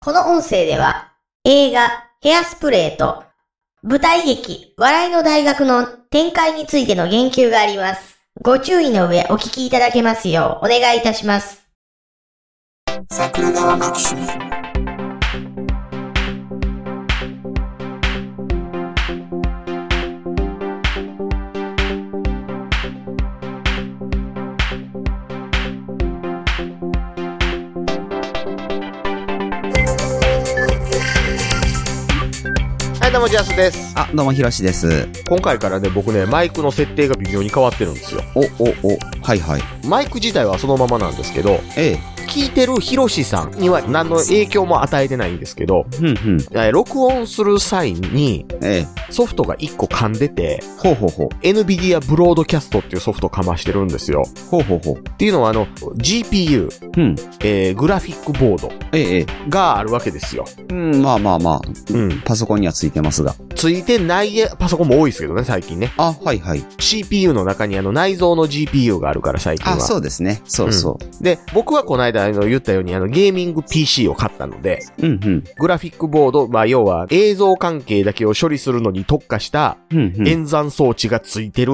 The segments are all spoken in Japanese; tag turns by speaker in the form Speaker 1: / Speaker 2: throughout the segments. Speaker 1: この音声では映画ヘアスプレーと舞台劇笑いの大学の展開についての言及があります。ご注意の上お聞きいただけますようお願いいたします。
Speaker 2: 桜川マキシム
Speaker 3: はい、どうも、ジャスです。
Speaker 4: あ、どうも、ひろしです。
Speaker 3: 今回からね、僕ね、マイクの設定が微妙に変わってるんですよ。
Speaker 4: お、お、お、はいはい。
Speaker 3: マイク自体はそのままなんですけど、
Speaker 4: ええ。
Speaker 3: 聞いてるヒロシさんには何の影響も与えてないんですけど、
Speaker 4: ふんふん。
Speaker 3: えー録音する際に
Speaker 4: ええ。
Speaker 3: ソフトが1個噛んでて、
Speaker 4: ほうほうほう。
Speaker 3: NVIDIA Broadcast っていうソフトかましてるんですよ。
Speaker 4: ほうほうほう。
Speaker 3: っていうのは、あの、GPU、
Speaker 4: ふん。
Speaker 3: えーグラフィックボード
Speaker 4: ええ、ええ。
Speaker 3: があるわけですよ。
Speaker 4: うん、まあまあまあ、
Speaker 3: うん。
Speaker 4: パソコンにはついてますが。
Speaker 3: ついてないえパソコンも多いですけどね、最近ね。
Speaker 4: あ、はいはい。
Speaker 3: CPU の中にあの内蔵の GPU があるから、最近は。
Speaker 4: あ、そうですね。そうそ
Speaker 3: で、僕はこの間あの言ったようにあのゲーミング PC を買ったので、
Speaker 4: う。うん、うん。
Speaker 3: グラフィックボード、まあ要は映像関係だけを処理するのに特化した
Speaker 4: うん、うん。
Speaker 3: 演算装置がついてる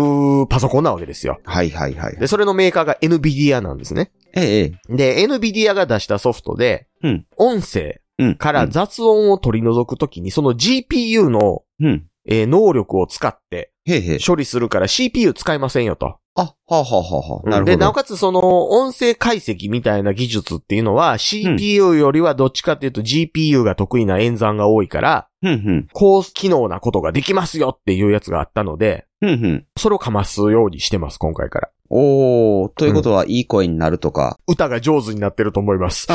Speaker 3: パソコンなわけですよ。
Speaker 4: はいはいはい。
Speaker 3: で、それのメーカーが NVIDIA なんですね。
Speaker 4: ええ、ええ。
Speaker 3: で、NVIDIA が出したソフトで、
Speaker 4: うん
Speaker 3: 音声
Speaker 4: うん。
Speaker 3: から
Speaker 4: うん
Speaker 3: 雑音を取り除くときに、その GPU の、
Speaker 4: うん。
Speaker 3: えー能力を使って
Speaker 4: へえへえ。
Speaker 3: 処理するから CPU 使いませんよと。
Speaker 4: あ、はあはあはあはあ。なる
Speaker 3: で、
Speaker 4: ほ
Speaker 3: なお
Speaker 4: ど。
Speaker 3: かつその音声解析みたいな技術っていうのは CPU よりはどっちかっていうと GPU が得意な演算が多いから、
Speaker 4: ふんふん。
Speaker 3: 高機能なことができますよっていうやつがあったので、
Speaker 4: ふんふん。
Speaker 3: それをかますようにしてます、今回から。
Speaker 4: おー、ということは、いい声になるとか。
Speaker 3: 歌が上手になってると思い ます。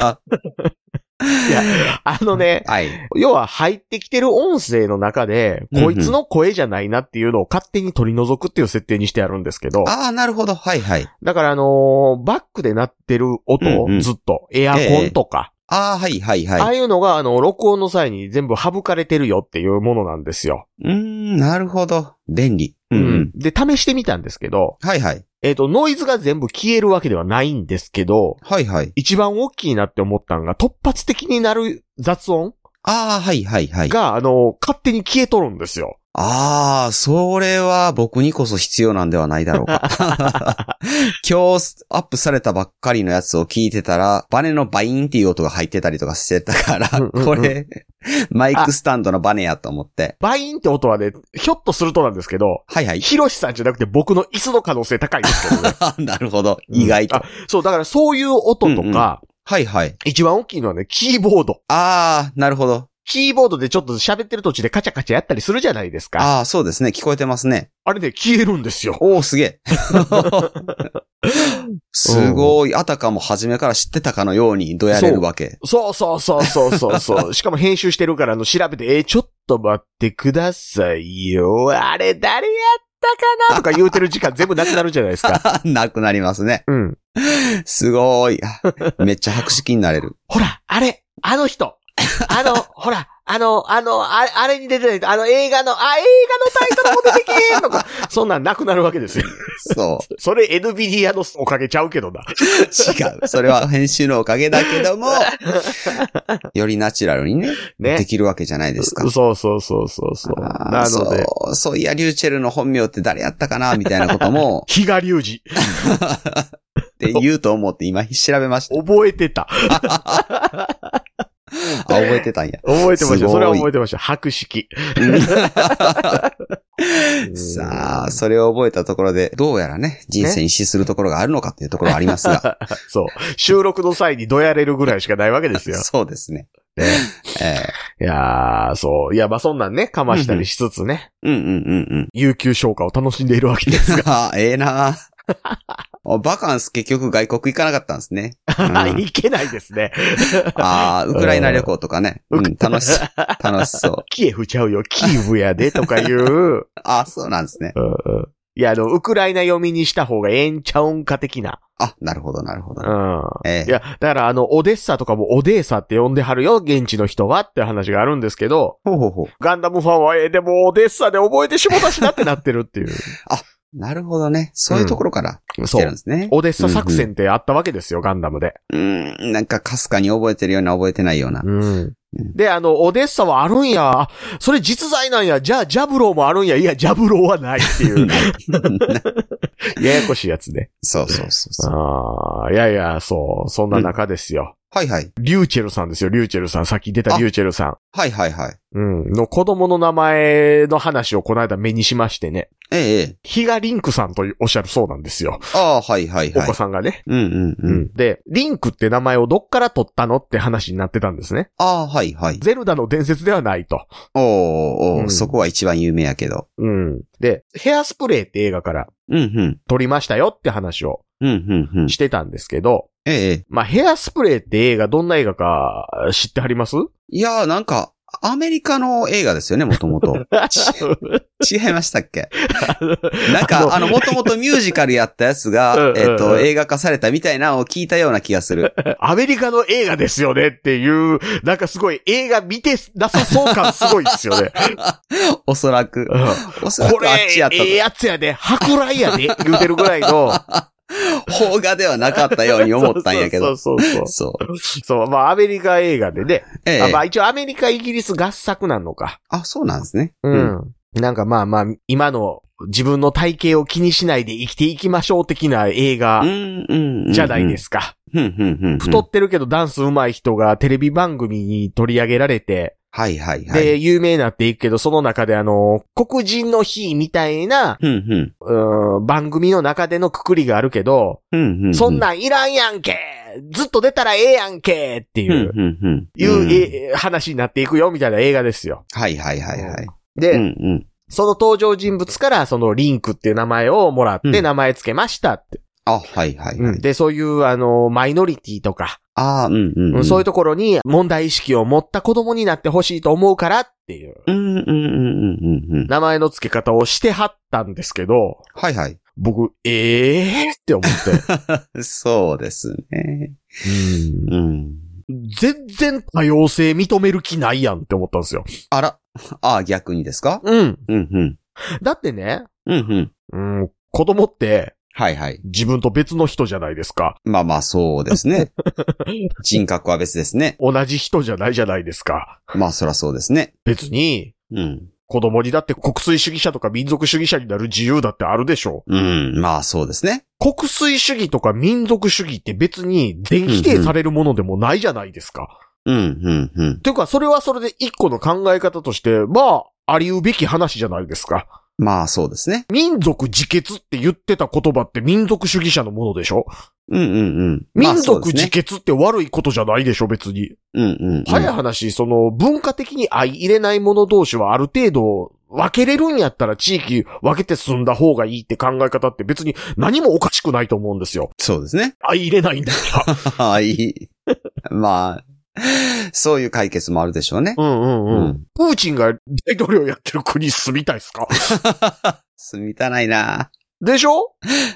Speaker 3: いや、あのね、
Speaker 4: はい。
Speaker 3: 要は入ってきてる音声の中で、
Speaker 4: うんうん
Speaker 3: こいつの声じゃないなっていうのを勝手に取り除くっていう設定にしてあるんですけど、
Speaker 4: ああ、なるほど。はいはい。
Speaker 3: だからあのーバックで鳴ってる音
Speaker 4: うんう
Speaker 3: を
Speaker 4: ん
Speaker 3: ずっと、エアコンとか、
Speaker 4: ああ、はいはい
Speaker 3: あ
Speaker 4: は
Speaker 3: あ
Speaker 4: い。
Speaker 3: いうのが、あの、録音の際に全部省かれてるよっていうものなんですよ。
Speaker 4: うーん、なるほど。便利。う、
Speaker 3: うん
Speaker 4: うん。
Speaker 3: で、試してみたんですけど、
Speaker 4: はいはい。
Speaker 3: えっ、と、ノイズが全部消えるわけではないんですけど、
Speaker 4: はいはい。
Speaker 3: 一番大きいなって思ったのが、突発的になる雑音
Speaker 4: ああ、はいはいはい。
Speaker 3: が、あの、勝手に消えとるんですよ。
Speaker 4: ああ、それは僕にこそ必要なんではないだろうか。 今日アップされたばっかりのやつを聞いてたら、バネのバインっていう音が入ってたりとかしてたから
Speaker 3: うんうん、うん
Speaker 4: これ、マイクスタンドのバネやと思って。
Speaker 3: バインって音はね、ひょっとするとなんですけど、
Speaker 4: は いはい。。
Speaker 3: ヒロシさんじゃなくて僕の椅子の可能性高いですけどね
Speaker 4: あなるほど。 意外
Speaker 3: うん
Speaker 4: と
Speaker 3: あ。そう、だからそういう音と
Speaker 4: うんうん
Speaker 3: か、
Speaker 4: はいはい。
Speaker 3: 一番大きいのはね、キーボード。
Speaker 4: ああ、なるほど。
Speaker 3: キーボードでちょっと喋ってる途中でカチャカチャやったりするじゃないですか。
Speaker 4: ああ、そうですね。聞こえてますね。
Speaker 3: あれね、消えるんですよ。
Speaker 4: おお、すげ え。すごい。あたかも初めから知ってたかのようにどやれるわけ。
Speaker 3: そうそうそうそうそう そう。しかも編集してるから、あの、調べて、えーちょっと待ってくださいよ。あれ、誰やったかなとか言うてる時間全部なくなるじゃないですか。
Speaker 4: なくなりますね。
Speaker 3: うん。
Speaker 4: すごーい。 あめっちゃ白色になれる。
Speaker 3: ほら、あれ、あの人。あ の、ほら、あの、あの、ああれに出てない、あの映画の、あ、映画のタイトルも出てけえんのか。そんなんなくなるわけですよ。
Speaker 4: そ
Speaker 3: それ NVIDIA のおかげちゃうけどな。
Speaker 4: う。違う。それは編集のおかげだけ ども、よりナチュラルにね、
Speaker 3: ね
Speaker 4: で。きるわけじゃないですか。
Speaker 3: そうそうそうそうそう。
Speaker 4: あー
Speaker 3: なので、、
Speaker 4: そう、そういや、リューチェルの本名って誰やったかなみたいなことも
Speaker 3: 比嘉隆二、
Speaker 4: って言うと思って今調べました。
Speaker 3: 覚えてた。
Speaker 4: あ、覚えてたんや。
Speaker 3: 覚えてまし
Speaker 4: す
Speaker 3: た。
Speaker 4: ごい
Speaker 3: それは覚えてました。白色。
Speaker 4: さあ、それを覚えたところで、どうやらね、人生に資するところがあるのかっていうところはありますが、
Speaker 3: あ。そう。収録の際にどやれるぐらいしか ないわけ ですよ。
Speaker 4: そうですね。
Speaker 3: ね
Speaker 4: え
Speaker 3: いやー、そう。いや、まあ、そんなんね、かましたりしつつね、
Speaker 4: ーうんうんうんうん。
Speaker 3: 有給消化を楽しんでいるわけです。
Speaker 4: あ ええな あバカンス結局外国行かなかったんですね。う ん
Speaker 3: いけないですね。
Speaker 4: ああ、ウクライナ旅行とかね。
Speaker 3: う
Speaker 4: うんん、楽しそう。楽しそう。
Speaker 3: キエフちゃうよ、キーブやで、とか いう。
Speaker 4: ああ、そうなんですね。
Speaker 3: うんうんいや、あの、ウクライナ読みにした方がええんちゃうんか的な。
Speaker 4: あ、なるほど、なるほど
Speaker 3: う。ん。
Speaker 4: え
Speaker 3: い
Speaker 4: え
Speaker 3: や、だからあの、オデッサとかもオデーサって呼んではるよ、現地の人はって話があるんですけど、
Speaker 4: ほうほうほう。
Speaker 3: ガンダムファンは、えーでもオデッサで覚えてしもたしなってなってるっていう。
Speaker 4: あ、なるほどね。そういうところから来
Speaker 3: そ
Speaker 4: てるん
Speaker 3: う
Speaker 4: で。すね。
Speaker 3: オデッサ作戦ってあったわけですよ、ガンダムで。
Speaker 4: うん、なんかかすかに覚えてるような覚えてないような。
Speaker 3: うん。で、あの、オデッサはあるんや。あそれ実在なんや。じゃあ、ジャブローもあるんや。いや、ジャブローはないっていう、ややこしいやつね。
Speaker 4: そうそうそうそう。
Speaker 3: ああ、いやいや、そう。そんな中ですよ。
Speaker 4: はいはい。
Speaker 3: リューチェルさんですよ、リューチェルさん。さっき出た
Speaker 4: あ
Speaker 3: リューチェルさん。
Speaker 4: はいはいはい。
Speaker 3: うん。の子供の名前の話をこの間目にしましてね。
Speaker 4: ええええ。
Speaker 3: ヒガリンクさんとおっしゃるそうなんですよ。
Speaker 4: ああ、はいはい
Speaker 3: お
Speaker 4: はい
Speaker 3: 子。さんがね。
Speaker 4: うんうん
Speaker 3: う
Speaker 4: うん。
Speaker 3: ん。で、リンクって名前をどっから取ったのって話になってたんですね。
Speaker 4: ああ、はいはい。
Speaker 3: ゼルダの伝説ではないと。
Speaker 4: おーおー、
Speaker 3: うん
Speaker 4: そこは一番有名やけど。
Speaker 3: うん。で、ヘアスプレーって映画から
Speaker 4: うんうん。
Speaker 3: 撮りましたよって話を
Speaker 4: うんうんうん。
Speaker 3: してたんですけど、
Speaker 4: ええええ。
Speaker 3: まあ、ヘアスプレーって映画どんな映画か知ってはります
Speaker 4: いやーなんか、アメリカの映画ですよね、もとも と。ち違いましたっけなんか、あの、もともとミュージカルやったやつ
Speaker 3: うん
Speaker 4: が
Speaker 3: う、ん
Speaker 4: えっ
Speaker 3: うん
Speaker 4: と、映画化されたみたいなのを聞いたような気が する。
Speaker 3: アメリカの映画ですよねっていう、なんかすごい映画見てなさそう感すごいですよね。
Speaker 4: おそらく。おそら
Speaker 3: これ
Speaker 4: くあっちやっ、
Speaker 3: ええやつやで、舶来やで、言うてるぐらい の。
Speaker 4: たと。邦画ではなかったように思ったんやけど。
Speaker 3: そうそうそうそ
Speaker 4: そう。
Speaker 3: う。そう、まあアメリカ映画でね。
Speaker 4: ええ
Speaker 3: あまあ一応アメリカ、イギリス合作なのか。
Speaker 4: あ、そうなんですね。
Speaker 3: う。ん。なんかまあまあ、今の自分の体型を気にしないで生きていきましょう的な映
Speaker 4: う
Speaker 3: 画
Speaker 4: ん、うんうん。。
Speaker 3: じゃないですすか。
Speaker 4: うん、うん、うん。
Speaker 3: 太ってるけどダンス上手い人がテレビ番組に取り上げられて、
Speaker 4: はい、はい、はい。
Speaker 3: で、有名になっていくけど、その中であの、黒人の日みたいな、
Speaker 4: うん、うん。
Speaker 3: うーん番組の中でのくくりがあるけど、
Speaker 4: うん、うん。
Speaker 3: そんなんいらんやんけずっと出たらええやんけっていうう、
Speaker 4: ん、うん、うん。
Speaker 3: いう、
Speaker 4: うん
Speaker 3: え話になっていくよみたいな映画ですよ。
Speaker 4: はい、はい、はい、はい。
Speaker 3: で、
Speaker 4: うん、うん。
Speaker 3: その登場人物からそのリンクっていう名前をもらっ
Speaker 4: う
Speaker 3: て
Speaker 4: ん
Speaker 3: 名前つけましたって。
Speaker 4: あ、はい、はい、はい。
Speaker 3: で、そういうあの、マイノリティとか、
Speaker 4: ああ、うん、うん
Speaker 3: う
Speaker 4: うんん。
Speaker 3: そういうところに問題意識を持った子供になってほしいと思うからっていう
Speaker 4: うん、うん、うん、うん、うんうん。
Speaker 3: 名前の付け方をしてはったんですけど、
Speaker 4: はい、はい。
Speaker 3: 僕、ええー、って思って。
Speaker 4: そうですね。 うん。
Speaker 3: 全然多様性認める気ないやんって思ったんですよ。
Speaker 4: あら。ああ、逆にですか
Speaker 3: うん。
Speaker 4: うん、うん。
Speaker 3: だってね、
Speaker 4: うん、うん。
Speaker 3: うん、子供って
Speaker 4: はい、はい。
Speaker 3: 自分と別の人じゃないですか。
Speaker 4: まあまあ、そうです ね。人格は別ですね。
Speaker 3: 同じ人じゃないじゃないですか。
Speaker 4: まあ、そらそうですね。
Speaker 3: 別に、
Speaker 4: うん。
Speaker 3: 子供にだって国粋主義者とか民族主義者になる自由だってあるでしょ
Speaker 4: うん、まあ、そうですね。
Speaker 3: 国粋主義とか民族主義って別に全否定されるものでもないじゃないですか。
Speaker 4: うん、うん、うん。
Speaker 3: というか、それはそれで一個の考え方として、まあ、ありうべき話じゃないですか。
Speaker 4: まあ、そうですね。
Speaker 3: 民族自決って言ってた言葉って民族主義者のものでしょ
Speaker 4: うん、うん、うん。まあ
Speaker 3: 民
Speaker 4: そう
Speaker 3: 族
Speaker 4: で
Speaker 3: 自
Speaker 4: すね。
Speaker 3: 決って悪いことじゃないでしょ、別に。
Speaker 4: うん、うん。
Speaker 3: 早い話、その、文化的に相入れない者同士はある程度、分けれるんやったら地域分けて住んだ方がいいって考え方って別に何もおかしくないと思うんですよ。
Speaker 4: そうですね。
Speaker 3: 相入れないんだから。
Speaker 4: はい。まあ、そういう解決もあるでしょうね。
Speaker 3: うんうん
Speaker 4: う
Speaker 3: うん。。プーチンが大統領やってる国住みたいっすか
Speaker 4: 住みたないな。
Speaker 3: でしょ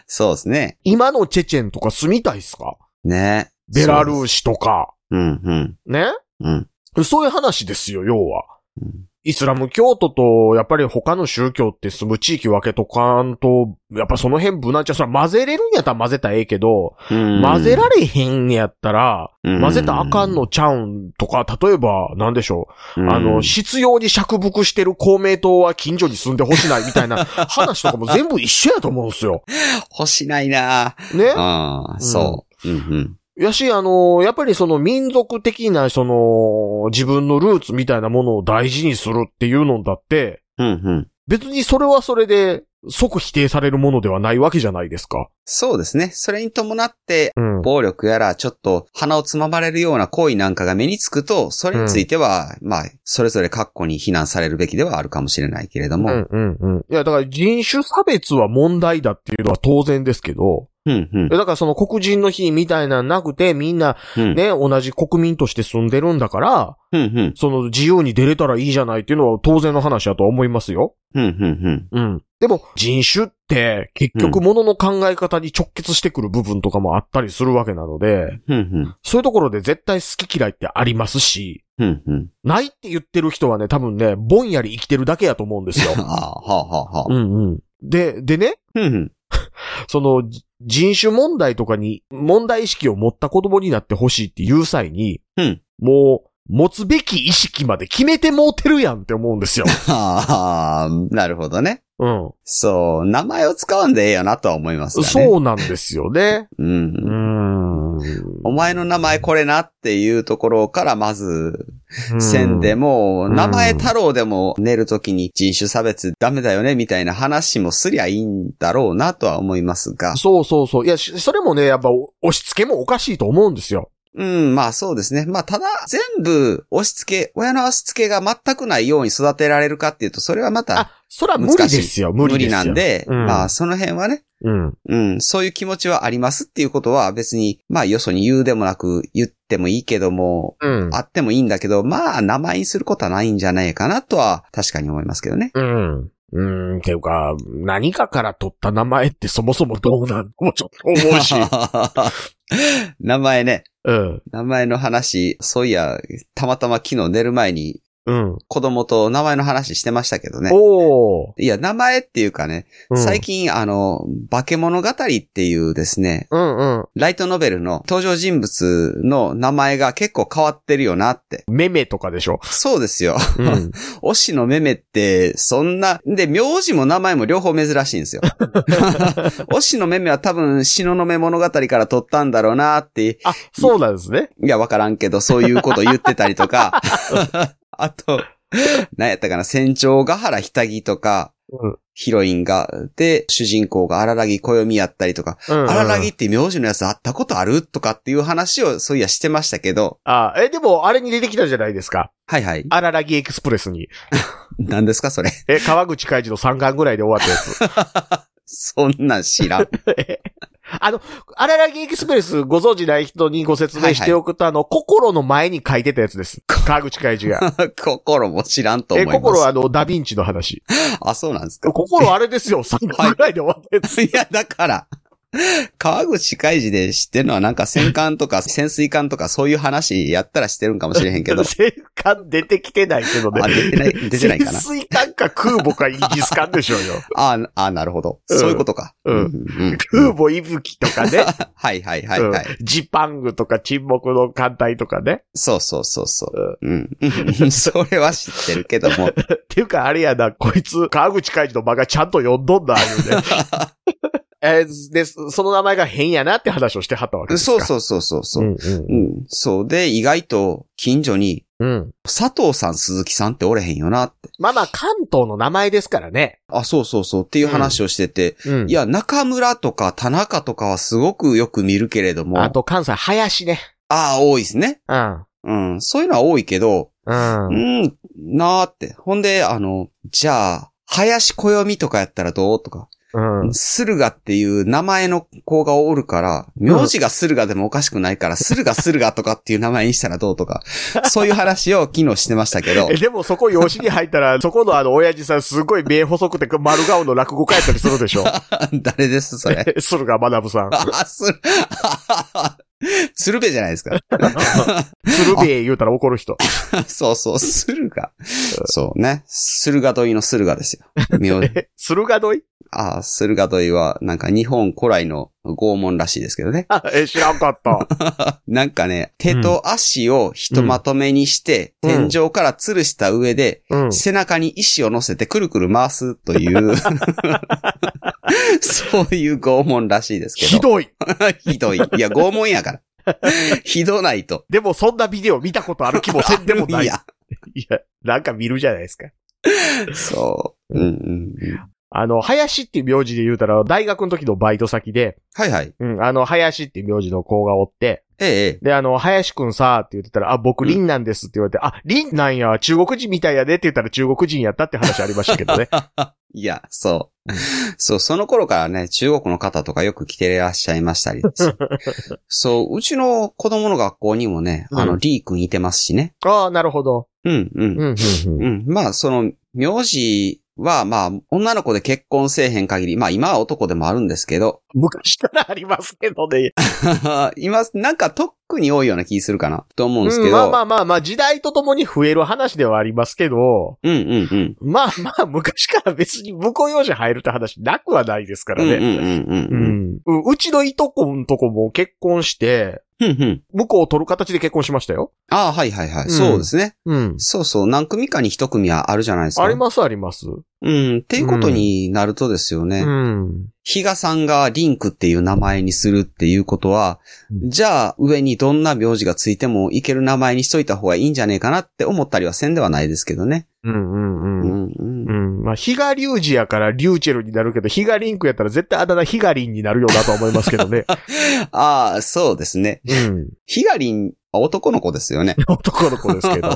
Speaker 4: そうですね。
Speaker 3: 今のチェチェンとか住みたいっすか
Speaker 4: ね。
Speaker 3: ベラル
Speaker 4: そうで
Speaker 3: ー
Speaker 4: す
Speaker 3: シとか。
Speaker 4: うん、
Speaker 3: ね
Speaker 4: うん、うん。
Speaker 3: そういう話ですよ、要は
Speaker 4: うん。
Speaker 3: イスラム教徒と、やっぱり他の宗教って住む地域分けとかんと、やっぱその辺無難ちゃう。それ混ぜれるんやったら混ぜたらええけど、混ぜられへんやったら、
Speaker 4: れ
Speaker 3: 混ぜたらあかんのちゃうんとか、例えば、なんでしょう。あの、必要に釈伏してる公明党は近所に住んでほしないみたいな話とかも全部一緒やと思うんですよ。
Speaker 4: 欲しないな。
Speaker 3: ね
Speaker 4: ああ、そう。うん、うん。
Speaker 3: やし、あの、やっぱりその民族的な、その、自分のルーツみたいなものを大事にするっていうのだって、
Speaker 4: うん、うん。
Speaker 3: 別にそれはそれで即否定されるものではないわけじゃないですか。
Speaker 4: そうですね。それに伴って、
Speaker 3: うん。
Speaker 4: 暴力やら、ちょっと鼻をつままれるような行為なんかが目につくと、それについては、まあ、それぞれ括弧に非難されるべきではあるかもしれないけれど
Speaker 3: う
Speaker 4: も。
Speaker 3: んうんうん。いや、だから人種差別は問題だっていうのは当然ですけど、
Speaker 4: うん、うん
Speaker 3: いやだからその黒人の日みたいなんなくて、みんな
Speaker 4: うん。
Speaker 3: ね、同じ国民として住んでるんだから、
Speaker 4: うん、うん。
Speaker 3: その自由に出れたらいいじゃないっていうのは当然の話だとは思いますよ。
Speaker 4: うん、うん、
Speaker 3: うん。でも、人種って、結局物の考え方に直結してくる部分とかもあったりするわけなので、
Speaker 4: うん。うん、
Speaker 3: そういうところで絶対好き嫌いってありますし、
Speaker 4: うん。うん、うん。。
Speaker 3: ないって言ってる人はね、多分ね、ぼんやり生きてるだけやと思うんですよ
Speaker 4: ああ、はあ、はあ、は あ。
Speaker 3: うんうん。で、でね、
Speaker 4: うんうん。
Speaker 3: その、じ人種問題とかに、問題意識を持った子供になってほしいって言う際に、
Speaker 4: うん
Speaker 3: もう、持つべき意識まで決めてもうてるやんって思うん ですよ。
Speaker 4: はあ、なるほどね。
Speaker 3: うん。
Speaker 4: そう、名前を使わんでええよなとは思いますがね。
Speaker 3: そうなんですよね。
Speaker 4: う
Speaker 3: うー
Speaker 4: ん。
Speaker 3: ん。
Speaker 4: お前の名前これなっていうところからまず、せんでも、
Speaker 3: うん
Speaker 4: 名前太郎でも寝るときに人種差別ダメだよねみたいな話もすりゃいいんだろうなとは思いますが。
Speaker 3: そうそうそう。いや、しそれもね、やっぱ、お押し付けもおかしいと思うんですよ。
Speaker 4: うん、まあそうですね。まあただ、全部押し付け、親の押し付けが全くないように育てられるかっていうと、それはまた
Speaker 3: あ、そら無理ですよ、無
Speaker 4: 無
Speaker 3: 理で
Speaker 4: 理
Speaker 3: すよ。
Speaker 4: なん。で、
Speaker 3: うん
Speaker 4: まあその辺はね、
Speaker 3: うん。
Speaker 4: うん、そういう気持ちはありますっていうことは別に、まあよそに言うでもなく言ってもいいけども、
Speaker 3: うん。
Speaker 4: あってもいいんだけど、まあ名前にすることはないんじゃないかなとは確かに思いますけどね。
Speaker 3: うん。うん、っていうか、何かから取った名前ってそもそもどうなん のもちょっと思う し。
Speaker 4: 名前ね、
Speaker 3: うん。
Speaker 4: 名前の話、そういや、たまたま昨日寝る前に
Speaker 3: うん。
Speaker 4: 子供と名前の話してましたけどね。
Speaker 3: おー。
Speaker 4: いや、名前っていうかね、
Speaker 3: うん
Speaker 4: 最近あの、化け物語っていうですね、
Speaker 3: うんうん。
Speaker 4: ライトノベルの登場人物の名前が結構変わってるよなって。
Speaker 3: メメとかでしょ。
Speaker 4: そうですよ。
Speaker 3: うん。
Speaker 4: 推しのめめって、そんな、で、名字も名前も両方珍しいん ですよ。推しのめめは多分、しののめ物語から取ったんだろうなって、
Speaker 3: あ、そうなんですね。
Speaker 4: いや、わからんけど、そういうこと言ってたり とか、あと、何やったかな、船長ヶ原ひたぎとか、
Speaker 3: うん
Speaker 4: ヒロインが、で、主人公が荒らぎこよみやったりとか、
Speaker 3: うん、うん。
Speaker 4: 荒らぎって名字のやつあったことあるとかっていう話を、そういやしてましたけど、
Speaker 3: あ、え、でも、あれに出てきたじゃないですか。
Speaker 4: はいはい。
Speaker 3: あららぎエクスプレスに。
Speaker 4: 何ですか、それ。
Speaker 3: え、川口海事の3巻ぐらいで終わったやつ。
Speaker 4: そんなん知らん。
Speaker 3: あの、あららぎエクスプレスご存知ない人にご説明しておくと、あの、心の前に書いてたやつ です。川口海事が。
Speaker 4: 心も知らん と思
Speaker 3: え、
Speaker 4: います。
Speaker 3: 心はあの、ダヴィンチの話。
Speaker 4: あ、そうなんですか。
Speaker 3: 心あれですよ、3巻ぐらいで終わったやつ。
Speaker 4: いや、だから、川口海事で知ってるのはなんか戦艦とか 潜水艦とかそういう話やったらしてるんかもしれへん けど。
Speaker 3: 戦艦出てきてないけどね
Speaker 4: あ、。出てない、出てないか
Speaker 3: 潜。
Speaker 4: な
Speaker 3: 水艦か空母かイギリス艦でしょうよ。
Speaker 4: ああ、なるほど。
Speaker 3: うん
Speaker 4: そういうことか。
Speaker 3: うん
Speaker 4: ん
Speaker 3: 空母息吹とかね。
Speaker 4: はいはい はいはい。
Speaker 3: うんジパングとか沈黙の艦隊とかね。
Speaker 4: そうそうそうそう。うん。 それは知ってるけども。
Speaker 3: っていうか、あれやな、こいつ、川口海事の漫画ちゃんと読んどんだ、言う ね。えーで、その名前が変やなって話をしてはったわけです
Speaker 4: そう
Speaker 3: か。
Speaker 4: そうそうそうそうう。
Speaker 3: んう
Speaker 4: うんん。そう。で、意外と近所に
Speaker 3: うん。うん。
Speaker 4: 佐藤さん、鈴木さんっておれへんよなって。
Speaker 3: まあまあ、関東の名前ですからね。
Speaker 4: あ、そうそうそうっていう話をしてて、
Speaker 3: うん
Speaker 4: いや、中村とか田中とかはすごくよく見るけれども。
Speaker 3: あと、関西、林ね。
Speaker 4: ああ、多いですね。
Speaker 3: うん。
Speaker 4: うん。そういうのは多いけど、
Speaker 3: うん
Speaker 4: う。ん、なーって。ほんで、あの、じゃあ、林暦とかやったらどうとか、
Speaker 3: うん。
Speaker 4: 駿河っていう名前の子がおるから、名字が駿河でもおかしくないから、駿河駿河とかっていう名前にしたらどう とか、そういう話を昨日してましたけど
Speaker 3: え、、でもそこ養子に入ったら、 そこのあの、親父さんすごい目細くて丸顔の落語家やったりするで しょ。
Speaker 4: 誰ですそれ。
Speaker 3: 駿河学さん。
Speaker 4: あ、す、 鶴瓶じゃないですか。
Speaker 3: 鶴瓶言うたら怒る人。
Speaker 4: そうそう、駿河。そうね。駿河問いの駿 河ですよ。名字
Speaker 3: え駿河どい
Speaker 4: ああ、駿河問いは、なんか日本古来の拷問らしいですけどね。
Speaker 3: あえ、知らんかった。
Speaker 4: なんかね、手と足をひとまとめにして、
Speaker 3: うん
Speaker 4: 天井から吊るした上で、
Speaker 3: うん。
Speaker 4: 背中に石を乗せてくるくる回す という、そういう拷問らしいですけ
Speaker 3: ひ
Speaker 4: ど。
Speaker 3: どい。
Speaker 4: ひどい。いや、拷問やから。 ひどないと。
Speaker 3: でもそんなビデオ見たことある気もせんでもない。いや
Speaker 4: や、、
Speaker 3: なんか見るじゃないですか。
Speaker 4: そう。うんうんうん。
Speaker 3: あの、林っていう名字で言うたら、大学の時のバイト先で、
Speaker 4: はいはい。
Speaker 3: うん、あの、林っていう名字の子がおって、
Speaker 4: えええ
Speaker 3: で、あの、林くんさーって言ってたら、あ、僕、林なんですって言われて、あ、林なんや、中国人みたいやでって言ったら中国人やったって話ありましたけど ね。
Speaker 4: え。いや、そう。 そう、その頃からね、中国の方とかよく来てらっしゃい ましたりですよ。そう、うちの子供の学校にもね、あ
Speaker 3: う
Speaker 4: の、リー君いてますしね。
Speaker 3: ああ、なるほど。
Speaker 4: うん、うん
Speaker 3: う。ん、うん、うん。
Speaker 4: うん。まあ、その、名字は、まあ、女の子で結婚せえへん限り、まあ、今は男でもあるんですけど、
Speaker 3: 昔からありますけどね。
Speaker 4: 今、なんか特特に多いような気するかな、と思うんですけ
Speaker 3: うん
Speaker 4: ど。
Speaker 3: まあまあまあまあ、時代とともに増える話ではありますけど、
Speaker 4: うんうんうん。
Speaker 3: まあまあ、昔から別に向こう用紙入るって話なくはないですから
Speaker 4: うんう
Speaker 3: ね。
Speaker 4: んうん
Speaker 3: う
Speaker 4: うん。
Speaker 3: んううちのいとこんとこも結婚して、
Speaker 4: ふんふん。
Speaker 3: 向こうを取る形で結婚しましたよ。
Speaker 4: ああ、はいはいはい。
Speaker 3: うん
Speaker 4: そうですね。
Speaker 3: うん。
Speaker 4: そうそう。何組かに一組はあるじゃないですか。
Speaker 3: ありますあります。
Speaker 4: うん。っていうことになるとですよね。
Speaker 3: うん。
Speaker 4: ヒガさんがリンクっていう名前にするっていうことは、
Speaker 3: うん
Speaker 4: じゃあ上にどんな名字がついてもいける名前にしといた方がいいんじゃねえかなって思ったりはせんではないですけどね。
Speaker 3: うんう
Speaker 4: うん
Speaker 3: うん。
Speaker 4: んうん
Speaker 3: うん。まあ、ヒガリュウジやからリューチェルになるけど、ヒガリンクやったら絶対あだ名ヒガリンになるよなとは思いますけど ね。
Speaker 4: ああ、そうですね。
Speaker 3: うん。
Speaker 4: ヒガリン、男の子で すよね。
Speaker 3: 男の子ですけど。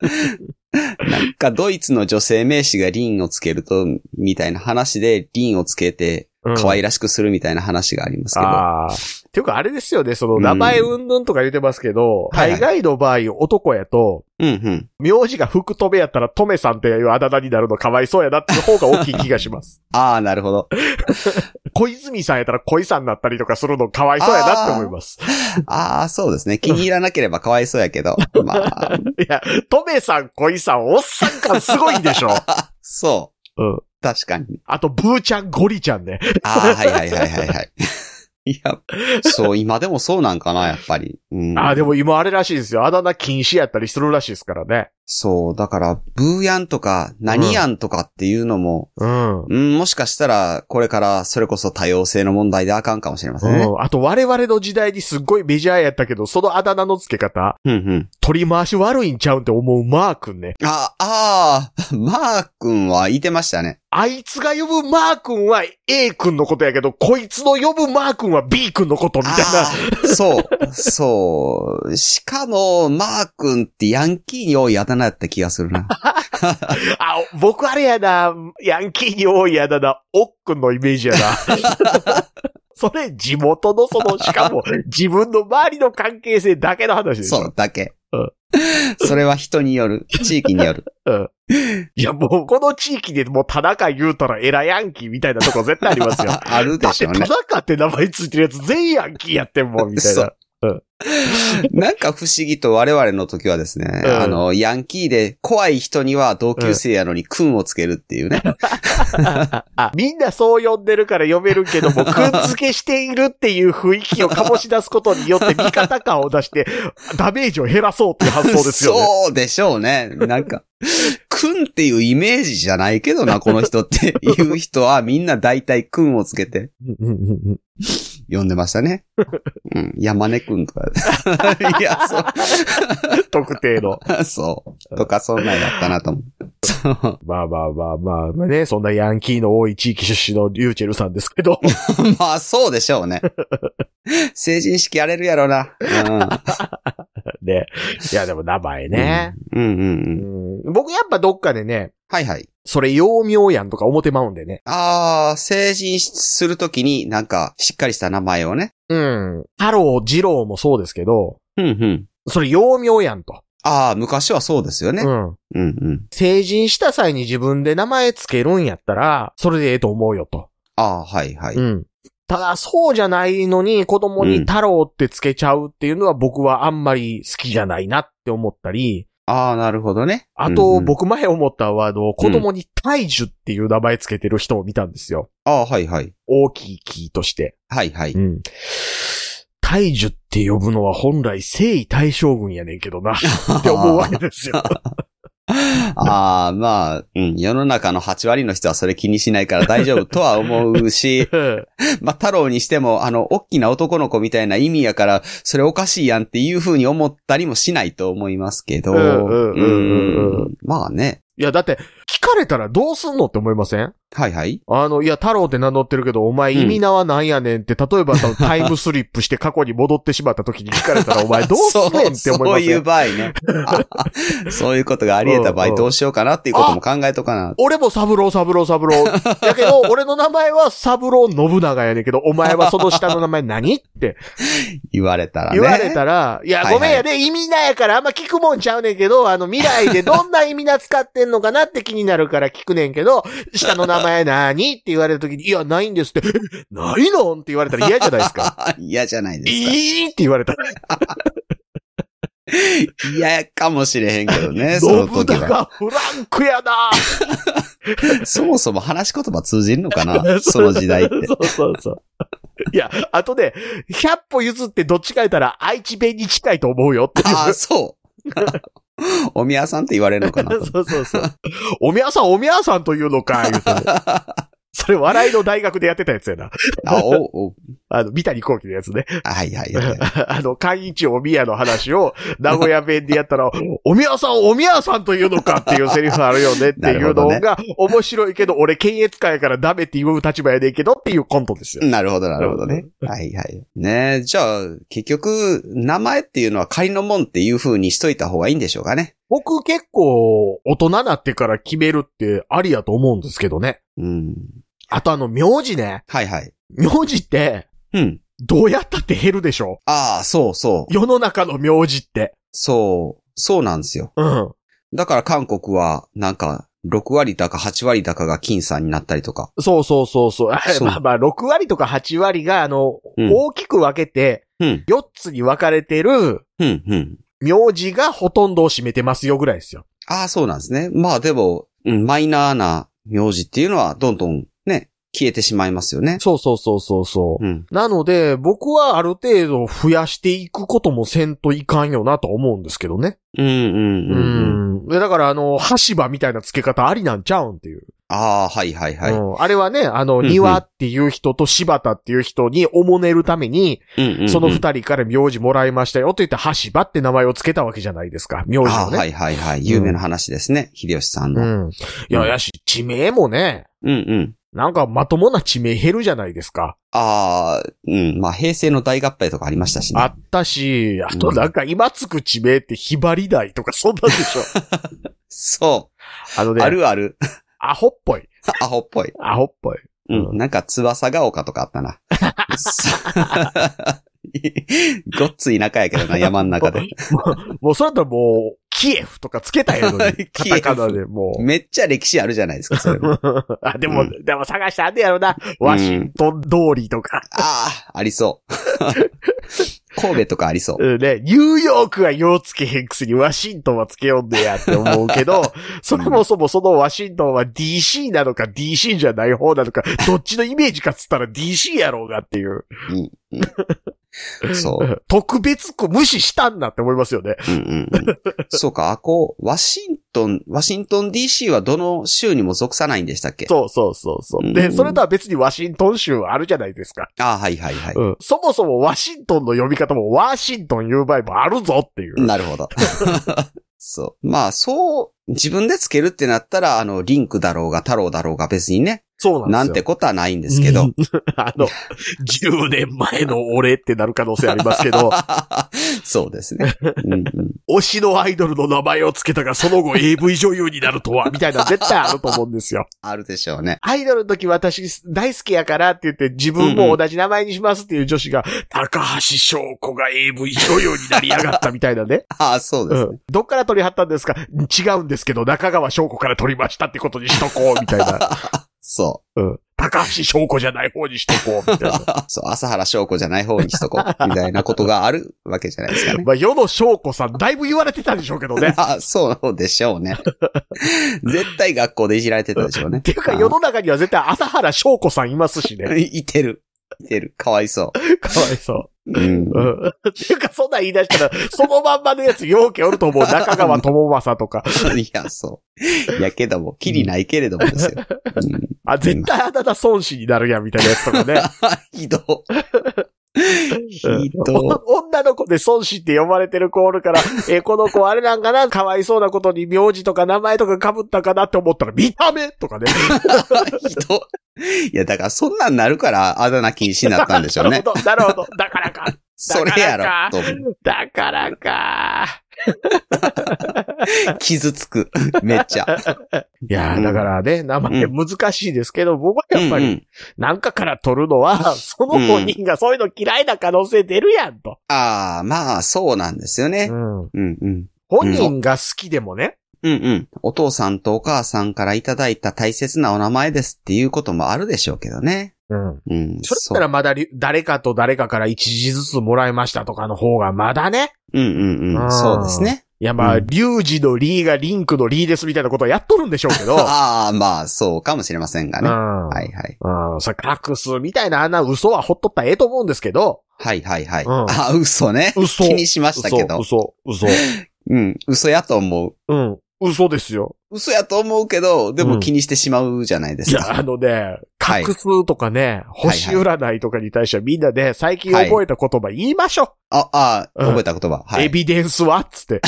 Speaker 4: なんかドイツの女性名詞がリンをつけると、みたいな話でリンをつけて
Speaker 3: うん
Speaker 4: 可愛らしくするみたいな話がありますけど。
Speaker 3: ああ。ていうかあれですよね、その名前うんぬんとか言ってますけど、
Speaker 4: はいは
Speaker 3: 海
Speaker 4: い
Speaker 3: 外の場合男やと、
Speaker 4: うんうん。
Speaker 3: 名字が福留やったら留さんっていうあだ名になるのかわいそうやなっていう方が大きい気がし ます。
Speaker 4: ああ、なるほど。
Speaker 3: 小泉さんやったら小井さんになったりとかするのかわいそうやなって思います。
Speaker 4: ああ、そうですね。気に入らなければ可哀想や けど。まあ、
Speaker 3: いや、留さん、小井さん、おっさん感すごいんでしょ。
Speaker 4: そう。
Speaker 3: うん。
Speaker 4: 確かに。
Speaker 3: あと、ブーちゃん、ゴリちゃんね。
Speaker 4: ああ、はいはいはいはい はい。いや、そう、今でもそうなんかな、やっぱり。うん、
Speaker 3: ああ、でも今あれらしいですよ。あだ名禁止やったりするらしいですからね。
Speaker 4: そう、だから、ブーヤンとか、何ヤンとかっていうのも、
Speaker 3: うん。
Speaker 4: うん、もしかしたら、これから、それこそ多様性の問題であかんかもしれませんね。
Speaker 3: うん、あと我々の時代にすっごいメジャーやったけど、そのあだ名の付け方、
Speaker 4: うん、うん。
Speaker 3: 取り回し悪いんちゃうんって思うマー君ね。
Speaker 4: あ、ああ、マー君はいてましたね。
Speaker 3: あいつが呼ぶマー君は A 君のことやけど、こいつの呼ぶマー君は B 君のことみたい
Speaker 4: ああ、そう、そう。しかも、マー君ってヤンキーに多いあだ名やった気がするな。
Speaker 3: な。あ、僕あれやな、ヤンキーに多いやだな、おっくんのイメージやな。 それ、地元のその、しかも、自分の周りの関係性だけの話でしょ。
Speaker 4: そう、だけ
Speaker 3: うん。
Speaker 4: それは人による。地域 による。
Speaker 3: うん。いや、もう、この地域でもう田中言うたらエラヤンキーみたいなとこ絶対ありますよ。
Speaker 4: あある
Speaker 3: だ
Speaker 4: で
Speaker 3: っ
Speaker 4: してょ
Speaker 3: 田
Speaker 4: うね。
Speaker 3: 中って名前ついてるやつ全員ヤンキーやってんもん、みたいな。
Speaker 4: なんか不思議と我々の時はですね、
Speaker 3: うん
Speaker 4: あの、ヤンキーで怖い人には同級生やのに君をつけるっていうね。
Speaker 3: あ、みんなそう呼んでるから読めるけども、くん付けしているっていう雰囲気を醸し出すことによって味方感を出 して、ダメージを減ら そうっていう発想ですよね。
Speaker 4: そうでしょうね。なんか、君っていうイメージじゃないけどな、この人っていう人はみんな大体君をつけて
Speaker 3: うんうんうんうん
Speaker 4: 呼んでましたね。うん、山根君 とか。いや、そう。
Speaker 3: 特定の。
Speaker 4: そう。とか、そんなんだったなと思う。そう。
Speaker 3: まあまあまあまあ、まあね、そんなヤンキーの多い地域出身のリューチェルさんですけ ど。
Speaker 4: まあ、そうでしょう ね。成人式やれるやろな。
Speaker 3: ね。いや、でも名前
Speaker 4: うん。
Speaker 3: ね。。
Speaker 4: うんうん
Speaker 3: う
Speaker 4: うん。
Speaker 3: ん、僕やっぱどっかでね、
Speaker 4: はいはい。
Speaker 3: それ幼名やんとか思ってまうんでね。
Speaker 4: ああ、成人するときになんかしっかりした名前をね。
Speaker 3: うん。太郎、二郎もそうですけど、
Speaker 4: うんうん。
Speaker 3: それ幼名やんと。
Speaker 4: ああ、昔はそうですよね。
Speaker 3: うん。
Speaker 4: うんうん。
Speaker 3: 成人した際に自分で名前つけるんやったら、それでええと思うよと。
Speaker 4: ああ、はいはい。
Speaker 3: うん。ただ、そうじゃないのに子供
Speaker 4: う
Speaker 3: に
Speaker 4: ん
Speaker 3: 太郎ってつけちゃうっていうのは僕はあんまり好きじゃないなって思ったり、
Speaker 4: ああ、なるほどね。
Speaker 3: あ
Speaker 4: うん
Speaker 3: と、
Speaker 4: うん、
Speaker 3: 僕前思ったワード、子供に大樹っていう名前つけてる人を見たんですよ。
Speaker 4: ああ、はいはい。
Speaker 3: 大きい木として。
Speaker 4: はいはい。
Speaker 3: うん。大樹って呼ぶのは本来征夷大将軍やねんけ どな、って思うわけですよ。、
Speaker 4: ああ、まあ、うん。世の中の8割の人はそれ気にしないから大丈夫とは思うし
Speaker 3: うん
Speaker 4: まあ、太郎にしても、あの、大きな男の子みたいな意味やから、それおかしいやんっていうふうに思ったりもしないと思いますけど。
Speaker 3: うんうんうんうんうん
Speaker 4: うんまあね。
Speaker 3: いや、だって、聞かれたらどうすんのって思いません
Speaker 4: はいはい。
Speaker 3: あの、いや、太郎って名乗ってるけど、お前
Speaker 4: うん
Speaker 3: 意味名はなんやねんって、例えばそのタイムスリップして過去に戻ってしまった時に聞かれたら、 お前どうすんねんって思い
Speaker 4: そうそ
Speaker 3: ま
Speaker 4: う
Speaker 3: す
Speaker 4: いう
Speaker 3: よ。
Speaker 4: 場合ね。あそういうことがあり得た場
Speaker 3: うんう
Speaker 4: 合
Speaker 3: ん
Speaker 4: どうしようかなっていうことも考えとかな。
Speaker 3: 俺もサブロー、サブロー、 サブロー。やけど、俺の名前はサブロー信長やねんけど、お前はその下の名前何って
Speaker 4: 言われたらね。
Speaker 3: 言われたら、いや、
Speaker 4: はいはい
Speaker 3: ごめんやで、意味名やからあんま聞くもんちゃうねんけど、あの、未来でどんな意味名使ってんのかなって気になるから聞くねんけ ど、下の名前何って言われるときに、いや、ないんですって、えないのんって言われたら嫌じゃないですか。
Speaker 4: 嫌じゃ ない
Speaker 3: い
Speaker 4: ですか。
Speaker 3: いって言われた。
Speaker 4: 嫌かもしれへんけどね、その
Speaker 3: 信
Speaker 4: 時は。
Speaker 3: 長フランクやな
Speaker 4: そもそも話し言葉通じるの かな その時代って。
Speaker 3: そうそうそう。いや、あとね、100歩譲ってどっちか言ったら愛知弁に近いと思うよっていう。
Speaker 4: ああ、そう。 お宮さんって言われるのかな と
Speaker 3: そうそうそう。おみやさん、おみやさんというのか、言うて ねそれ、笑いの大学でやってたやつやな。
Speaker 4: あ、お、お、
Speaker 3: あの、三谷幸喜のやつね。
Speaker 4: はいはいはい。
Speaker 3: あの、寛一おみやの話を、名古屋弁でやったら、おみやさん、おみやさんというのかっていうセリフあるよねっていうの
Speaker 4: な
Speaker 3: が、面白いけど、俺、検閲会からダメって言う立場やねんけどっていうコントですよ。
Speaker 4: なるほど、なるほどね。はいはい。ねえ、じゃあ、結局、名前っていうのは仮のもんっていう風にしといた方がいいんでしょうかね。
Speaker 3: 僕結構、大人になってから決めるってありやと思うんですけどね。
Speaker 4: うん。
Speaker 3: あとあの、名字ね。
Speaker 4: はいはい。
Speaker 3: 名字って、
Speaker 4: うん。
Speaker 3: どうやったって減るでしょ
Speaker 4: ああ、そうそう。
Speaker 3: 世の中の名字って。
Speaker 4: そう。そうなんですよ。
Speaker 3: うん。
Speaker 4: だから韓国は、なんか、6割だか8割だかが金さんになったりとか。
Speaker 3: そうそうそうそう。あ
Speaker 4: そう
Speaker 3: まあまあ、6割とか8割が、あの、
Speaker 4: うん
Speaker 3: 大きく分けて、
Speaker 4: うん。
Speaker 3: 4つに分かれてる
Speaker 4: うん、うん。
Speaker 3: 名字がほとんどを占めてますよぐらいですよ。
Speaker 4: ああ、そうなんですね。まあでも、うんマイナーな名字っていうのは、どんどんね、消えてしまいますよね。
Speaker 3: そうそうそうそうそう。
Speaker 4: うん。
Speaker 3: なので、僕はある程度増やしていくこともせんといかんよなと思うんですけどね。
Speaker 4: うんう
Speaker 3: う
Speaker 4: んうんうん。
Speaker 3: ん。でだから、あの、橋場みたいな付け方ありなんちゃうんっていう。
Speaker 4: ああ、はいはいはい。
Speaker 3: う
Speaker 4: うん
Speaker 3: んあれはね、あの、
Speaker 4: んうん
Speaker 3: 庭っていう人と柴田っていう人におもねるために、
Speaker 4: うんうん
Speaker 3: その二人から名字もらいましたよって言って、橋場って名前を付けたわけじゃないですか。名字をね。
Speaker 4: ああ、はいはいはい。有名な話ですね。秀吉さん
Speaker 3: う
Speaker 4: の。
Speaker 3: ん。いや、やし、地名もね、
Speaker 4: うんうん。
Speaker 3: なんかまともな地名減るじゃないですか。
Speaker 4: ああ、うん。まあ、平成の大合併とかありましたし
Speaker 3: あ
Speaker 4: ね。
Speaker 3: ったし、あとなんか今つく地名ってひばり台とかそんなんでし ょ。
Speaker 4: そ
Speaker 3: あの
Speaker 4: う。あ
Speaker 3: ね、
Speaker 4: るある。
Speaker 3: アホっぽい。
Speaker 4: アホっぽい。
Speaker 3: アホっぽい。
Speaker 4: うん。なんか、翼が丘とかあったな。 ごっつ田舎やけどな、山 ん中で。
Speaker 3: もうそれだったらもう、キエフとかつけたやのに、カ
Speaker 4: キエフ
Speaker 3: タカナでもう。
Speaker 4: めっちゃ歴史あるじゃないですか、そ れも。
Speaker 3: あ、でも、
Speaker 4: う
Speaker 3: でも探したんねやろな。ワシントン通りとか。
Speaker 4: ああ、ありそう。神戸とかありそう。
Speaker 3: うんね、ニューヨークはようつけへんくせにワシントンはつけよんでやって思うけ ど、そもそもそのワシントンは DC なのか DC じゃない方なのか、どっちのイメージかっつったら DC やろうがっていう、
Speaker 4: そう。
Speaker 3: 特別区無視したんだって思いますよね。
Speaker 4: うんうんうん、そうか、あこう、ワシントン、ワシントン DC はどの州にも属さないんでしたっけ
Speaker 3: そうそうそうそう。
Speaker 4: う
Speaker 3: で、
Speaker 4: ん
Speaker 3: それとは別にワシントン州はあるじゃないですか。
Speaker 4: ああ、はいはいはい。
Speaker 3: うん。そもそもワシントンの呼び方もワシントン言う場合もあるぞっていう。
Speaker 4: なるほど。 そう。まあ、そう、自分でつけるってなったら、あの、リンクだろうが、太郎だろうが別にね、
Speaker 3: そう
Speaker 4: な
Speaker 3: なんで
Speaker 4: ん
Speaker 3: す
Speaker 4: て
Speaker 3: よ。
Speaker 4: ことはないんですけど。
Speaker 3: あの、10年前の俺ってなる可能性ありますけど、
Speaker 4: そうですね。うんうん
Speaker 3: 推しのアイドルの名前をつけたが、その 後 AV 女優になるとは、みたいな絶対あると思うんですよ。
Speaker 4: あるでしょうね。
Speaker 3: アイドルの時私大好きやからって言って、自分も同じ名前にしますっていう女子が、高橋翔子が AV 女優になりやがったみたいな ね。
Speaker 4: ああ、そうで
Speaker 3: う
Speaker 4: すね。
Speaker 3: ん。どっから取り張ったんですか違うんですけど、中川翔子から取りましたってことにしとこう、みたい な。
Speaker 4: そ
Speaker 3: うん。高橋翔子じゃない方にしとこう、みた いな。
Speaker 4: う。そう、朝原翔子じゃない方にしとこう。みたいなことがあるわけじゃないですかね。
Speaker 3: まあ、世の翔子さん、だいぶ言われてたんでしょうけど ね。
Speaker 4: あ、そうでしょうね。絶対学校でいじられてたでしょうね。
Speaker 3: っていうか、世の中には絶対朝原翔子さんいますし
Speaker 4: あ
Speaker 3: ね。
Speaker 4: いてる。いてる。かわいそ。
Speaker 3: かわいそう
Speaker 4: うん
Speaker 3: う。う。ん。っていうか、そんなん言い出したら、そのまんまのやつ、ようけおると思う。中川智正とか。
Speaker 4: いや、そう。やけども、きりないけれどもですよ。うん、
Speaker 3: あ、絶対あなた孫子になるやん、みたいなやつとかね。
Speaker 4: ひど。ひど。
Speaker 3: お女の子で孫子って呼ばれてる子おるから、え、この子あれなんかな、かわいそうなことに名字とか名前とか被ったかなって思ったら、見た目とかね。
Speaker 4: ひど。いや、だからそんなんなるから、あだ名禁止になったんでしょう
Speaker 3: なる
Speaker 4: ね。
Speaker 3: ほど、なるほど。 だからか。
Speaker 4: それやろ、と思う。
Speaker 3: だからか。
Speaker 4: 傷つく。めっ ちゃ。
Speaker 3: いやーだからね、名前
Speaker 4: う
Speaker 3: 難しいですけど、僕はやっぱ
Speaker 4: うんう
Speaker 3: り、
Speaker 4: ん
Speaker 3: なんかから取るのは、その本人がそういうの嫌いな可能性出るやんと。
Speaker 4: ああ、まあ、そうなんですよね。うん、うん。
Speaker 3: 本人が好きでもね、
Speaker 4: うんうん。お父さんとお母さんからいただいた大切なお名前ですっていうこともあるでしょうけどね。
Speaker 3: うん。
Speaker 4: うん。
Speaker 3: それったらまだり、誰かと誰かから一時ずつもらいましたとかの方がまだね。
Speaker 4: そううんうんう
Speaker 3: あー
Speaker 4: ん。そうですね。
Speaker 3: いやまあ、
Speaker 4: う
Speaker 3: リュウジのリーがリンクのリーですみたいなことはやっとるんでしょうけど。
Speaker 4: ああ、まあ、そうかもしれませんがね。は
Speaker 3: うん。
Speaker 4: いはい。
Speaker 3: うん。それ隠すみたいなあんな嘘はほっとったらええと思うんですけど。
Speaker 4: はいはいはい。
Speaker 3: うん
Speaker 4: ああ、嘘ね。
Speaker 3: 嘘。
Speaker 4: 気にしましたけど。
Speaker 3: 嘘、嘘、嘘。
Speaker 4: うん。嘘やと思う。
Speaker 3: うん。嘘ですよ。
Speaker 4: 嘘やと思うけど、で
Speaker 3: うん
Speaker 4: も気にしてしまうじゃないで
Speaker 3: い
Speaker 4: すか。
Speaker 3: や、あのね、
Speaker 4: はい
Speaker 3: 画数とかね、星占いとかに対してはみんなね、最近
Speaker 4: はい
Speaker 3: 覚えた言葉言いましょ
Speaker 4: あ、あ
Speaker 3: うん
Speaker 4: あ、覚えた言葉。
Speaker 3: う。
Speaker 4: は
Speaker 3: エ
Speaker 4: い。
Speaker 3: ビデンスはっつ って。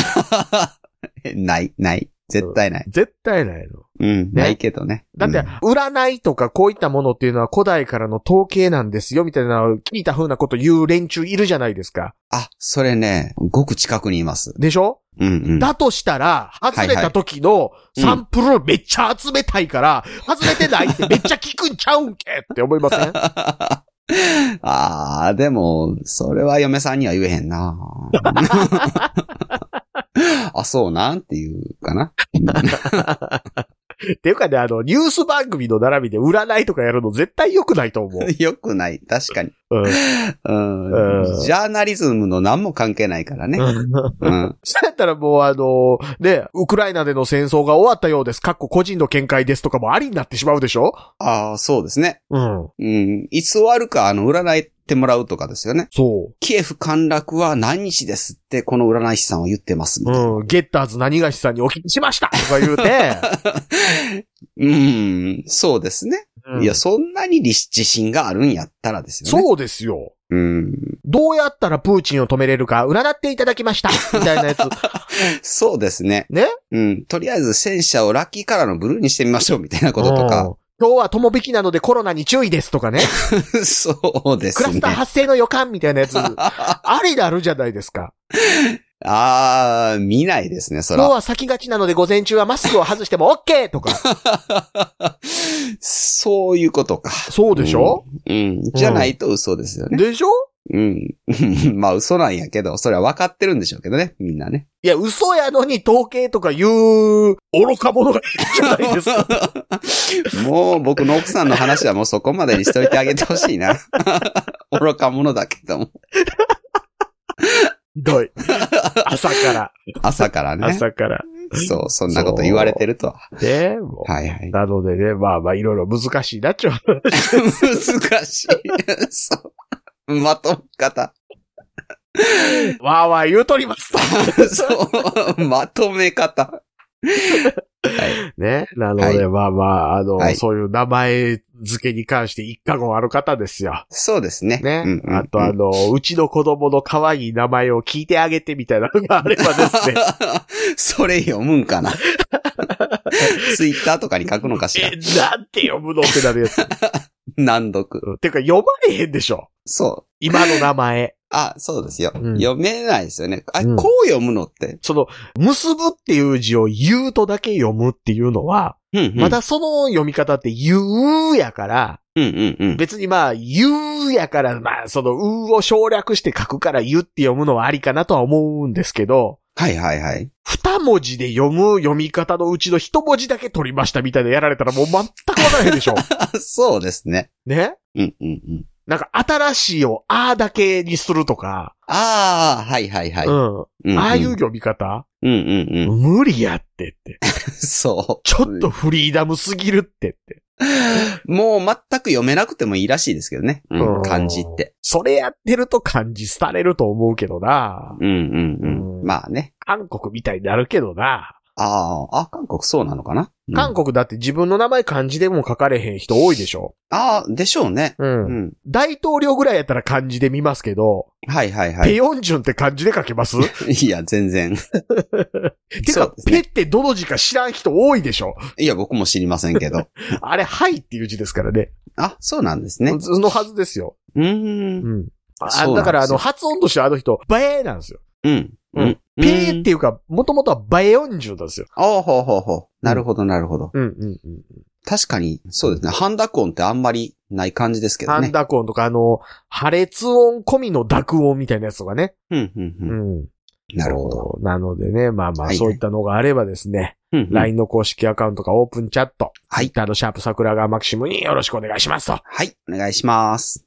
Speaker 4: ない、ない。絶対ない。
Speaker 3: 絶対ないの。
Speaker 4: うん。ないけどね。
Speaker 3: だって、
Speaker 4: うん
Speaker 3: 占いとかこういったものっていうのは古代からの統計なんですよ、みたいな、聞いた風なこと言う連中いるじゃないですか。
Speaker 4: あ、それね、ごく近くにいます。
Speaker 3: でしょ、
Speaker 4: うんうん。
Speaker 3: だとしたら、外れた時の
Speaker 4: い
Speaker 3: サンプルめっちゃ集めたいから、外れてないってめっちゃ聞くんちゃうんけって思いません
Speaker 4: ああ、でも、それは嫁さんには言えへん な。あ、そうなんっていうかな。
Speaker 3: っていうかね、あの、ニュース番組の並びで占いとかやるの絶対良くないと思う。
Speaker 4: よくない。確かに。
Speaker 3: うん
Speaker 4: うん
Speaker 3: うん
Speaker 4: ジャーナリズムの何も関係ないからね。うん。
Speaker 3: そうやったらもうあの、ね、ウクライナでの戦争が終わったようです。かっこ個人の見解ですとかもありになってしまうでしょ
Speaker 4: ああ、そうですね。
Speaker 3: うん。
Speaker 4: うん。いつ終わるか、あの、占いってもらうとかですよね。
Speaker 3: そ
Speaker 4: キエフ陥落は何日ですって、この占い師さんは言ってますみ
Speaker 3: う。
Speaker 4: たいな。
Speaker 3: うん。ゲッターズ何がしさんにお聞きしましたとか言う て。
Speaker 4: うん、そうですね。いや、そんなに自自信があるんやったらですよね。
Speaker 3: そうですよ。
Speaker 4: う。うん。
Speaker 3: どうやったらプーチンを止めれるか、占っていただきました。みたいなやつ。
Speaker 4: そうですね。
Speaker 3: ね
Speaker 4: うん。とりあえず戦車をラッキーカラーのブルーにしてみましょうみたいな ことと
Speaker 3: う
Speaker 4: か
Speaker 3: ん。。今日は友引きなのでコロナに注意です とかね。
Speaker 4: そうで
Speaker 3: ク
Speaker 4: す
Speaker 3: ラス
Speaker 4: ね。
Speaker 3: ター発生の予感みたい なやつ。ありであるじゃないですか。
Speaker 4: あー、見ないですね、そ
Speaker 3: 今日
Speaker 4: ら。
Speaker 3: は先がちなので午前中はマスクを外しても OK! と か。
Speaker 4: そういうことか。
Speaker 3: そうでしょ、
Speaker 4: うん。じゃないと嘘ですよね。
Speaker 3: でしょ
Speaker 4: うん。 まあ嘘なんやけど、それは分かってるんでしょうけどね、みんなね。
Speaker 3: いや、嘘やのに統計とか言う、愚か者がいるじゃないです か。
Speaker 4: もう僕の奥さんの話はもうそこまでにしといてあげてほし いな。愚か者だけども。
Speaker 3: ひどい。朝から、
Speaker 4: 朝からね。
Speaker 3: 朝から。
Speaker 4: そう、そんなこと言われてるとは。
Speaker 3: ね、もう
Speaker 4: はいはい。
Speaker 3: なのでね、まあまあ、いろいろ難しいなっち ゃう。
Speaker 4: 難しい。そう。まとめ方。
Speaker 3: わーわー言うとります。
Speaker 4: そう。まとめ方。はい。
Speaker 3: ね。なので、
Speaker 4: はい
Speaker 3: まあまあ、あの、
Speaker 4: はい
Speaker 3: そういう名前付けに関して一過言ある方ですよ。
Speaker 4: そうですね。
Speaker 3: ね。
Speaker 4: うんうん
Speaker 3: あと、あの、うちの子供の可愛い名前を聞いてあげてみたいなのがあればです ね。
Speaker 4: それ読むんかな。ツイッターとかに書くのかしら
Speaker 3: え。、なんて読むのってなるや つ。
Speaker 4: 難読。
Speaker 3: うんてか、読まれへんでしょ。
Speaker 4: そう。
Speaker 3: 今の名前。
Speaker 4: あ、そうですよ。
Speaker 3: うん
Speaker 4: 読めないですよね。あ、
Speaker 3: うん
Speaker 4: こう読むのって。
Speaker 3: その、結ぶっていう字を言うとだけ読むっていうのは、
Speaker 4: うんうん
Speaker 3: ま、だその読み方って言うやから、
Speaker 4: うんうんうん。
Speaker 3: 別にまあ言うやから、まあそのうを省略して書くから言うって読むのはありかなとは思うんですけど、
Speaker 4: はいはいはい。
Speaker 3: 二文字で読む読み方のうちの一文字だけ取りましたみたいなやられたらもう全くわからへんでし ょ。
Speaker 4: あ、そうですね。
Speaker 3: ね
Speaker 4: うんうんうん。
Speaker 3: なんか新しいをあーだけにするとか、
Speaker 4: ああ、はいはいはい。
Speaker 3: うん。ああいう読み方、
Speaker 4: うんうんうん。
Speaker 3: 無理やってって。
Speaker 4: そう。
Speaker 3: ちょっとフリーダムすぎるってって。
Speaker 4: もう全く読めなくてもいいらしいですけどね。う
Speaker 3: うん
Speaker 4: ん、漢字って。
Speaker 3: それやってると感じ廃れると思うけどな。
Speaker 4: うんうん
Speaker 3: う
Speaker 4: うんん。まあね。
Speaker 3: 韓国みたいになるけどな。
Speaker 4: ああ、あ、韓国そうなのかな、うん
Speaker 3: 韓国だって自分の名前漢字でも書かれへん人多いでしょ。
Speaker 4: ああ、でしょうね。
Speaker 3: う。
Speaker 4: うんん。
Speaker 3: 大統領ぐらいやったら漢字で見ますけど、
Speaker 4: はいはいは
Speaker 3: ペ
Speaker 4: い。
Speaker 3: ヨンジュンって漢字で書け ます
Speaker 4: いや、全然。
Speaker 3: て
Speaker 4: そう
Speaker 3: か
Speaker 4: で、す
Speaker 3: ペ
Speaker 4: ね
Speaker 3: ってどの字か知らん人多いで しょ。
Speaker 4: いや、僕も知りませんけど。
Speaker 3: あれ、はいっていう字ですからね。
Speaker 4: あ、そうなんですね。
Speaker 3: のはずですよ。
Speaker 4: う
Speaker 3: う
Speaker 4: ーん。
Speaker 3: ん。あ
Speaker 4: そうなんですよ
Speaker 3: だから、あの、発音としてあの人、バエーなんですよ。
Speaker 4: うん。
Speaker 3: う
Speaker 4: うんん。
Speaker 3: ペーっていうか、もともとはバエヨンジュンなんですよ。
Speaker 4: ああ、ほうほうほう。なるほど、なるほど。
Speaker 3: うんうんうん。
Speaker 4: 確かに、そうですね。ハンダコンってあんまりない感じですけど
Speaker 3: 半
Speaker 4: ね。
Speaker 3: 濁音とか、あの、破裂音込みの濁音みたいなやつとかね。
Speaker 4: うん、うん、うん。
Speaker 3: ん。
Speaker 4: なるほど。
Speaker 3: そう。なのでね、まあまあ、
Speaker 4: はい
Speaker 3: そういったのがあればですね、
Speaker 4: うんうん
Speaker 3: LINE の公式アカウントかオープンチャット、
Speaker 4: はい
Speaker 3: Twitter のシャープ桜川マキシムによろしくお願いしますと。
Speaker 4: はい、お願いします。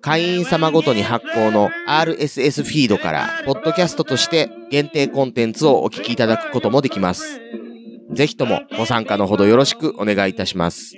Speaker 5: 会員様ごとに発行の RSS フィードから、ポッドキャストとして限定コンテンツをお聞きいただくこともできます。ぜひともご参加のほどよろしくお願いいたします。